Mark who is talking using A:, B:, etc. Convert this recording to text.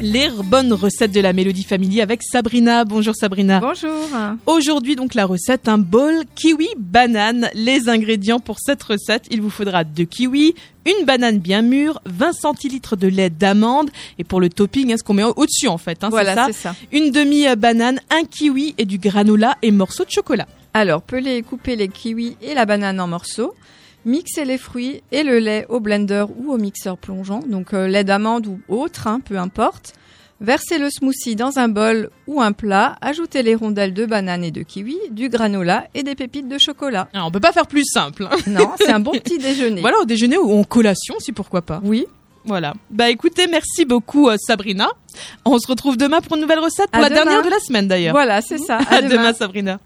A: les bonnes recettes de la Mélodie Family avec Sabrina. Bonjour
B: Ah.
A: Sabrina.
B: Bonjour.
A: Aujourd'hui donc la recette, un bol kiwi banane. Les ingrédients pour cette recette, il vous faudra deux kiwis, une banane bien mûre, 20 centilitres de lait d'amande et pour le topping, hein, ce qu'on met au- au-dessus en fait, hein, c'est
B: voilà,
A: ça.
B: c'est ça.
A: Une demi euh, banane, un kiwi et du granola et morceaux de chocolat.
B: Alors, pelez et coupez les kiwis et la banane en morceaux. Mixez les fruits et le lait au blender ou au mixeur plongeant, donc euh, lait d'amande ou autre, hein, peu importe. Versez le smoothie dans un bol ou un plat. Ajoutez les rondelles de banane et de kiwi, du granola et des pépites de chocolat.
A: Alors, on peut pas faire plus simple. hein.
B: Non, c'est un bon petit déjeuner.
A: Voilà au déjeuner ou en collation si pourquoi pas.
B: Oui.
A: Voilà. Bah écoutez, merci beaucoup euh, Sabrina. On se retrouve demain pour une nouvelle recette, pour la
B: À demain.
A: dernière de la semaine d'ailleurs.
B: Voilà, c'est ça. À
A: À
B: demain.
A: demain Sabrina.